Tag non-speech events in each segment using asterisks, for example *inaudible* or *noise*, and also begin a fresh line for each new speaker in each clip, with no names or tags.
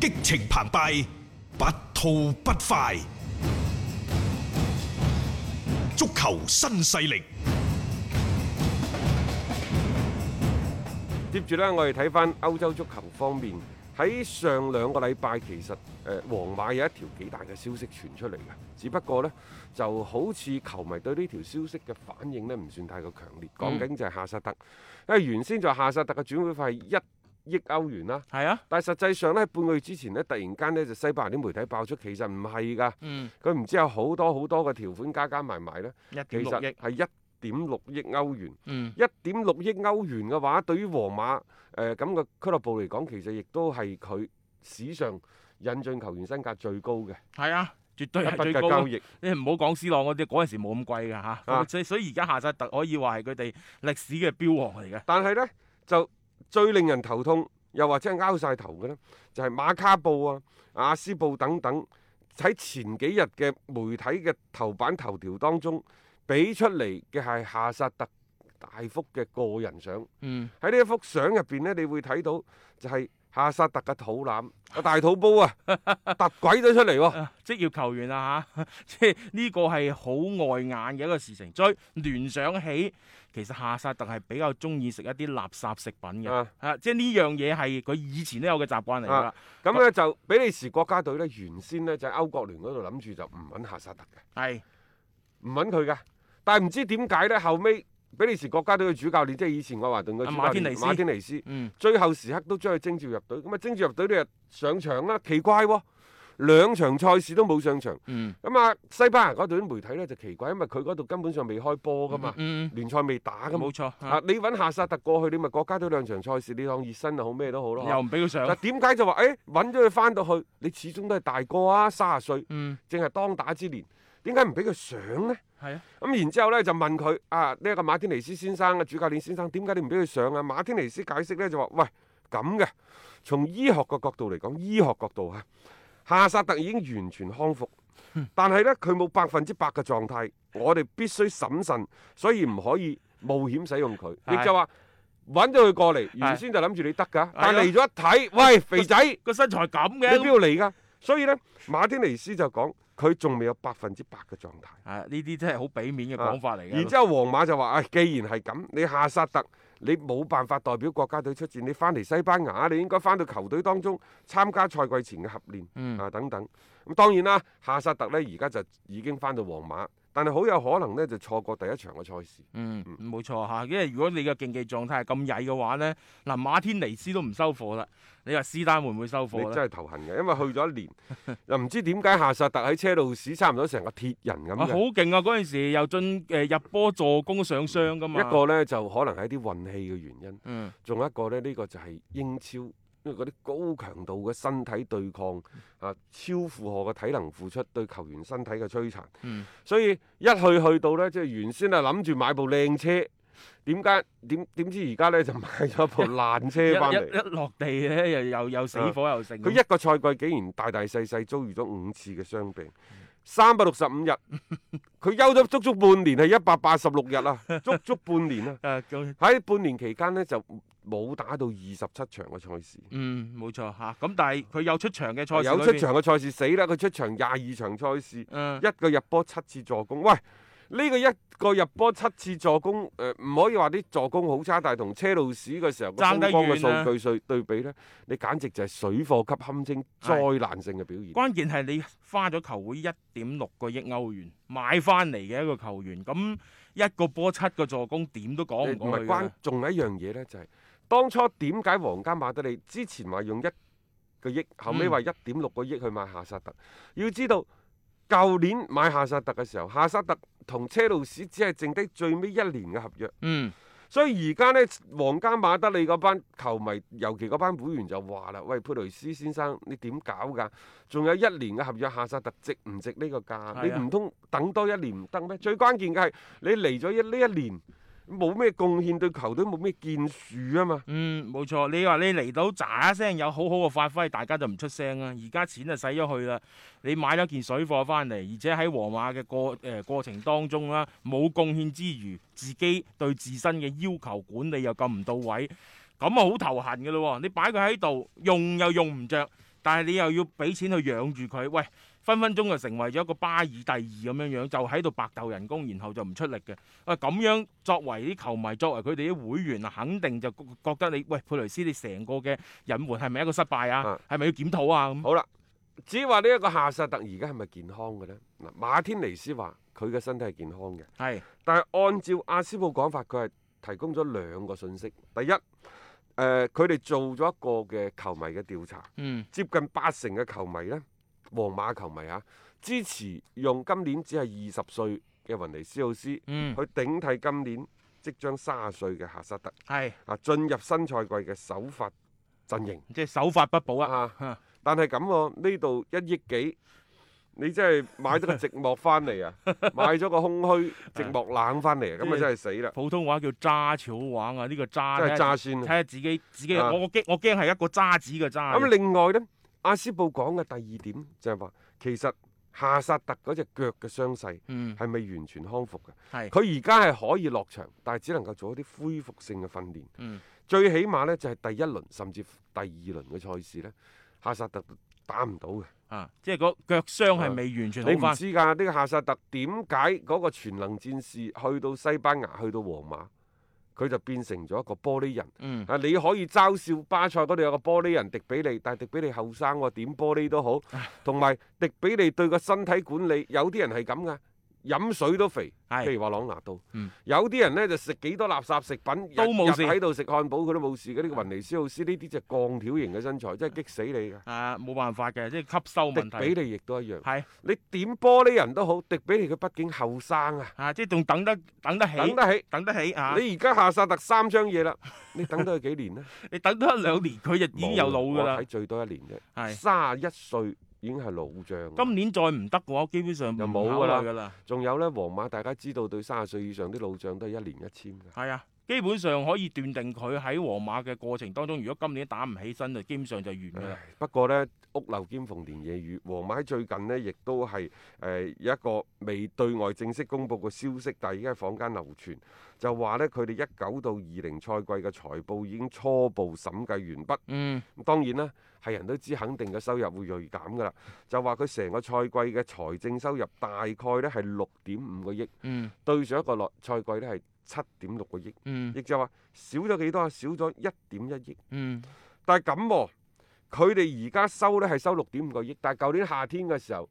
激情澎湃，不吐不快。足球新勢力，
接住呢，我哋睇翻歐洲足球方面，喺上兩個禮拜其實誒、呃皇馬有一條幾大嘅消息傳出嚟嘅，只不過呢，就好似球迷對呢條消息嘅反應呢唔算太過強烈。
嗯
講緊就係夏薩特，因為原先就夏薩特嘅轉會費係一億歐元啦，
係啊，
但係實際上呢，半個月之前呢，突然間呢，就西班牙啲媒體爆出，其實唔係㗎，
嗯，
佢唔知有好多好多嘅條款加加埋埋呢，
一點
其
六
實
億，
係一點六億歐元。
嗯，
一點六億歐元嘅話，對於皇馬誒咁嘅俱樂部嚟講，其實亦都係佢史上引進球員身價最高嘅
係啊，絕
一
對係
筆
最
嘅
高
交
啦。
易。
你唔好講 C 朗嗰啲，嗰陣時冇咁貴㗎嚇。
啊
所以所以而家夏薩特可以話係佢哋歷史嘅標王嚟嘅。
但係呢，就最令人頭痛，又或者係拗晒頭嘅呢，就係、馬卡報啊、阿斯報等等喺前幾日嘅媒體嘅頭版頭條當中，俾出嚟嘅係夏薩特大幅嘅個人相。
嗯，
喺呢一幅相入邊呢，你會睇到就係夏薩特嘅肚
*laughs*
腩、個大肚煲啊，突鬼咗出嚟喎！
啊職業球員啊嚇， *laughs* 即係呢個係好礙眼嘅一個事情。再聯想起，其實夏薩特係比較中意食一啲垃圾食品嘅。
啊
啊，即係呢樣嘢係佢以前都有嘅習慣嚟㗎啦。
咁呢，就比利時國家隊呢，原先呢就喺歐國聯嗰度諗住就唔揾夏薩特嘅，
係
唔揾佢嘅。但係唔知點解呢，後尾比利時國家隊嘅主教練即係以前愛華頓嘅主教練
啊馬天尼斯
馬天尼斯，
嗯
最後時刻都將佢徵召入隊。咁啊徵召入隊你就上場啦，奇怪喎、兩場賽事都冇上場。
嗯
咁啊西班牙嗰隊啲媒體呢就奇怪，因為佢嗰度根本上未開波噶嘛，
嗯，
聯賽未打噶嘛
冇。錯啊
啊！你揾夏薩特過去，你咪國家隊兩場賽事，你當熱身又好咩都好咯。
又唔俾佢
但
上。
點解就話誒揾咗佢翻到去，你始終都係大個啊，三十歲，
嗯，
正係當打之年，點解唔俾佢上呢？
係啊，
咁然之後呢，就問佢啊，呢、一個馬天尼斯先生啊嘅主教練先生，點解你唔俾佢上啊？馬天尼斯解釋呢，就話：喂，咁嘅，從醫學嘅角度嚟講，醫學角度嚇，夏薩特已經完全康復，但係呢，佢冇百分之百嘅狀態，我哋必須審慎，所以唔可以冒險使用佢。
係
亦就話揾咗佢過嚟，原先就諗住你得㗎，但係嚟咗一睇，喂，肥仔！
個身材咁
你
嘅。
邊度嚟㗎？所以呢，馬天尼斯就講佢仲未有百分之百嘅狀態。
啊！呢啲真係好俾面嘅講法嚟嘅。
啊然之後皇馬就話：，唉、既然係咁，你夏薩特你冇辦法代表國家隊出戰，你翻嚟西班牙，你應該翻到球隊當中參加賽季前嘅合練、
嗯
啊等等。咁當然啦，夏薩特呢而家就已經翻到皇馬，但係好有可能呢就錯過第一場嘅賽事。
嗯
嗯，
冇錯嚇，因為如果你嘅競技狀態係咁曳嘅話呢，嗱馬天尼斯都唔收貨啦，你話斯丹會唔會收
你
貨咧？
真係頭痕嘅，因為去咗一年，
*laughs*
又唔知點解夏薩特喺車路士差唔多成個鐵人咁
啊，好
嘅。
勁啊！嗰陣時又進誒、入波助攻上雙噶嘛，
一個呢就可能係啲運氣嘅原因。
嗯
仲有一個呢，呢、個就係英超，因為嗰啲高強度嘅身體對
嗯
抗啊，超負荷嘅體能付出對球員身體嘅摧殘，
嗯
所以一去去到呢，即係原先啊諗住買部靚車，點解點點知而家呢就買咗部爛
*laughs* 一一
車翻嚟？啊
一落地咧又又又死火又剩，
佢一個賽季竟然大大細細遭遇咗五次嘅傷病，
嗯
三百六十
*laughs*
五日，佢休咗足足半年，係一百八十六日啊，足足半年啊！
誒咁
喺半年期間呢，就冇打到二十七場嘅賽事。
嗯冇錯嚇，咁、但係佢有出場嘅賽事
有
裏
出
邊
場嘅賽事死啦！佢出場廿二場賽事，
嗯
一個入波七次助攻。喂，呢、個一個入波七次助攻，誒、唔可以話啲助攻好差，但係同車路士嘅時候個
爭得
風光嘅
遠啊
數據對對比呢，你簡直就係水貨級堪稱災難性嘅表現。
關鍵係你花咗球會一點六個億歐元買翻嚟嘅一個球員，咁一個波七個助攻點都講
誒
唔
唔
過去
係
㗎
關，仲有一樣嘢呢，就係、當初點解皇家馬德里之前話用一個億，後
嗯
尾話一點六個億去買夏薩特？要知道舊年買夏薩特嘅時候，夏薩特同車路士只係剩低最尾一年嘅合約。
嗯
所以而家呢，皇家馬德里嗰班球迷，尤其嗰班會員就話啦：，喂，佩雷斯先生，你點搞㗎？仲有一年嘅合約，夏薩特值唔值呢個價？
啊
你唔通等多一年唔得咩？最關鍵嘅係你嚟咗一呢一年，冇咩貢獻，對球隊冇咩建樹啊嘛。
嗯，冇錯。你話你嚟到喳一聲有好好嘅發揮，大家就唔出聲啦。而家錢就使咗去啦，你買咗件水貨翻嚟，而且喺皇馬嘅過誒、呃、過程當中啦，冇貢獻之餘，自己對自身嘅要求管理又咁唔到位，咁啊好頭痕嘅咯喎。你擺佢喺度用又用唔着，但係你又要俾錢去養住佢，喂，分分鐘就成為咗一個巴爾第二咁樣樣，就喺度白鬥人工，然後就唔出力嘅。啊，咁樣作為啲球迷，作為佢哋啲會員啊，肯定就覺覺得你喂佩雷斯，你成個嘅隱瞞係咪一個失敗啊
啊？
係咪要檢討啊？咁
好啦，至於話呢一個夏薩特而家係咪健康嘅呢？嗱，馬天尼斯話佢嘅身體係健康嘅，
係
但係按照阿斯布講法，佢係提供咗兩個信息。第一，誒佢哋做咗一個嘅球迷嘅調查，
嗯
接近八成嘅球迷呢，皇馬球迷啊，支持用今年只係二十歲嘅雲尼斯奧斯去
嗯
頂替今年即將三十歲嘅夏薩特
係，
啊，進入新賽季嘅首發陣營。
即係手法不保啊！
啊
啊！
但係咁喎，呢度一億幾，你真係買咗個寂寞翻嚟啊！買咗個空虛、寂寞冷翻嚟啊！咁啊真係死啦！
普通話叫渣草話啊，呢、個渣
真係
呢
炸算
睇
啊！
下自己自己，
啊
我我驚我驚係一個渣子嘅渣。
咁另外呢，阿斯布講嘅第二點就係話，其實夏薩特嗰只腳嘅傷勢
嗯
係未完全康復嘅。
係
佢而家係可以落場，但係只能夠做一啲恢復性嘅訓練。
嗯
最起碼呢，就係第一輪甚至第二輪嘅賽事呢，夏薩特打唔到嘅。
啊，即係個腳傷係未完全
你
好
啊唔
翻。
知㗎，呢、個夏薩特點解嗰個全能戰士去到西班牙，去到皇馬，佢就變成咗一個玻璃人。
嗯
啊，你可以嘲笑巴塞嗰度有個玻璃人迪比利，但係迪比利後生喎，點玻璃都好。同埋迪比利對個身體管理，有啲人係咁㗎。飲水都肥，
係
譬如話朗拿度，
嗯
有啲人呢就食幾多垃圾食品，
都
日
冇
日
事
喺度食漢堡，佢都冇事嘅。呢、個雲尼斯奧斯呢啲就係鋼條型嘅身材，真係激死你㗎。
啊，冇辦法嘅，即係吸收
迪
問
比
題。
利亦都一樣。
係
你點玻璃人都好，迪比利佢畢竟後生啊，
啊，即係仲等得等得起，
等得起。
等得起啊！你
你而家夏薩特三張嘢啦，你等到佢幾年呢？
等多一兩年，佢就 *laughs* 已經有老㗎
冇啊我
啦
睇。最多一年啫。
係
三十一歲已經係老將。
今年再唔得嘅話，基本上
又
唔
冇
考
㗎啦
慮㗎啦。
仲有呢，皇馬大家知道對三十歲以上啲老將都係一年一簽嘅。
係啊，基本上可以斷定佢喺皇馬嘅過程當中，如果今年打唔起身，就基本上就完㗎啦。
不過呢，屋漏兼逢連夜雨，皇馬最近呢亦都係誒、呃有一個未對外正式公佈嘅消息，但係而家喺坊間流傳，就話呢，佢哋一九到二零賽季嘅財報已經初步審計完畢。
嗯，
咁當然啦，係人都知肯定嘅收入會鋭減㗎啦。就話佢成個賽季嘅財政收入大概呢係六點五個億，
嗯，
對上一個落賽季呢係七點六個億，
嗯，
亦就話少咗幾多啊？少咗一點一億。
嗯，
但係咁喎，佢哋而家收呢係收六點五個億，但係舊年夏天嘅時候。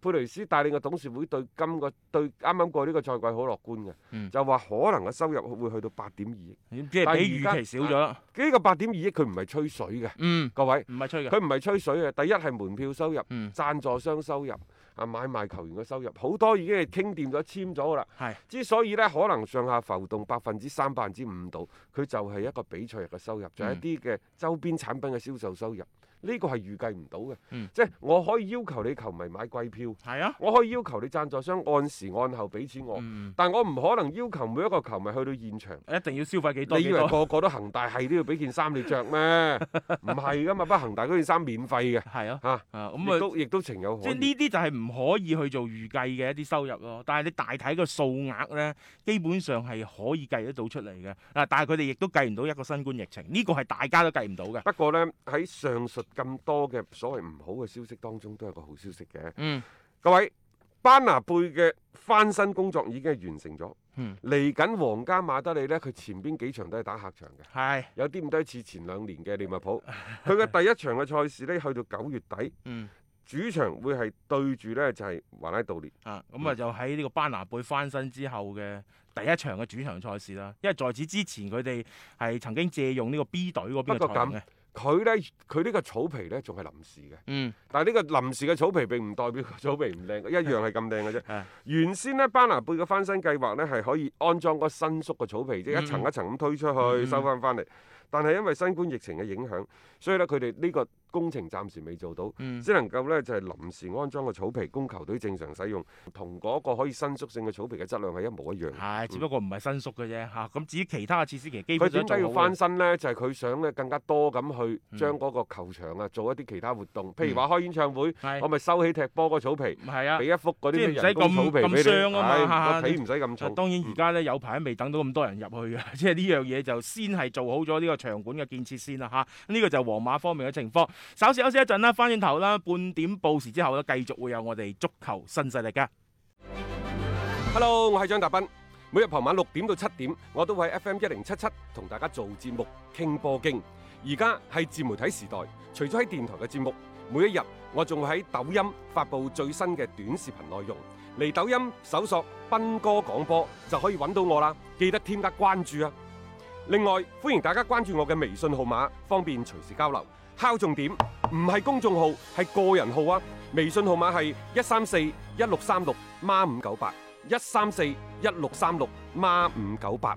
佩雷斯帶領嘅董事會對今個對啱啱過呢個賽季好樂觀嘅，
嗯
就話可能個收入會去到八點二億。呢、
即係比預期少咗啦。
個八點二億佢唔係吹水嘅，
嗯，
各位。
唔係吹嘅。
佢唔係吹水啊！第一係門票收入、
嗯，
贊助商收入、啊買賣球員嘅收入，好多已經係傾掂咗、簽咗噶啦。
係
之所以呢，可能上下浮動百分之三、百分之五度，佢就係一個比賽日嘅收入，就係、
嗯
一啲嘅周邊產品嘅銷售收入。呢個係預計唔到嘅，
嗯
即係我可以要求你球迷買貴票，
係啊。
我可以要求你贊助商按時按後俾錢我，
嗯，
但我唔可能要求每一個球迷去到現場。
一定要消費幾多
你
幾
以為個
多。
個都恒大係都要俾件衫你着
*laughs*
咩？唔係噶嘛，不過恒大嗰件衫免費嘅
係啊。
嚇。
啊，咁
亦
啊，
都亦都情有可
即係
原。
呢啲就係唔可以去做預計嘅一啲收入咯。但係你大體個數額咧，基本上係可以計得到出嚟嘅。啊，但係佢哋亦都計唔到一個新冠疫情，呢、個係大家都計唔到嘅。
不過呢，喺上述咁多嘅所謂唔好嘅消息當中，都有個好消息嘅。
嗯
各位，班拿貝嘅翻新工作已經係完成咗。
嗯，
嚟緊皇家馬德里呢，佢前邊幾場都係打客場嘅，
係，
有啲唔多似前兩年嘅利物浦。佢嘅第一場嘅賽事呢，去到九月底，
嗯
主場會係對住呢，就係華拉道列。
啊，咁啊就喺呢個班拿貝翻身之後嘅第一場嘅主場賽事啦。因為在此之前佢哋係曾經借用呢個 B 隊嗰邊
不
嘅
過
賽
咁
嘅。
佢呢，佢呢個草皮呢，仲係臨時嘅。
嗯，
但係呢個臨時嘅草皮並唔代表個草皮唔靚，一樣係咁靚嘅
係
啫。原先呢，班拿貝嘅翻新計劃呢係可以安裝個新縮嘅草皮，即係
嗯
一層一層咁推出去、
嗯
收翻翻嚟。但係因為新冠疫情嘅影響，所以呢，佢哋呢個工程暫時未做到，
嗯
只能夠呢就係、臨時安裝個草皮供球隊正常使用，同嗰個可以伸縮性嘅草皮嘅質量係一模一樣嘅。
係，只不過唔係新宿嘅啫嚇。咁、至於其他嘅設施，其實基
佢
本上
點
做
解要
好嘅嗯
翻新呢？就係、佢想咧更加多咁去將嗰個球場啊做一啲其他活動，譬如話開演唱會，
係
我咪收起踢波個草皮。
係啊
俾。一幅嗰
即
啲
係唔使
人工草
咁
皮俾
咁
你，
傷啊嘛
唉
嚇
個皮唔使咁
啊
重。
當然而家咧有排都未等到咁多人入去啊 *laughs* 嘅，即係呢樣嘢就先係做好咗呢個場館嘅建設先啦嚇。呢、個就係皇馬方面嘅情況。稍事休息一陣啦，翻轉頭啦，半點報時之後咧，繼續會有我哋足球新勢力噶。
Hello，我係張達斌。每日傍晚六點到七點，我都會喺 FM 一零七七同大家做節目傾波經。而家係自媒體時代，除咗喺電台嘅節目，每一日我仲會喺抖音發布最新嘅短視頻內容。嚟抖音搜索斌哥廣播就可以揾到我啦，記得添加關注啊！另外，歡迎大家關注我嘅微信號碼，方便隨時交流。敲重點，唔係公眾號，係個人號啊！微信號碼係一三四一六三六孖五九八，一三四一六三六孖五九八。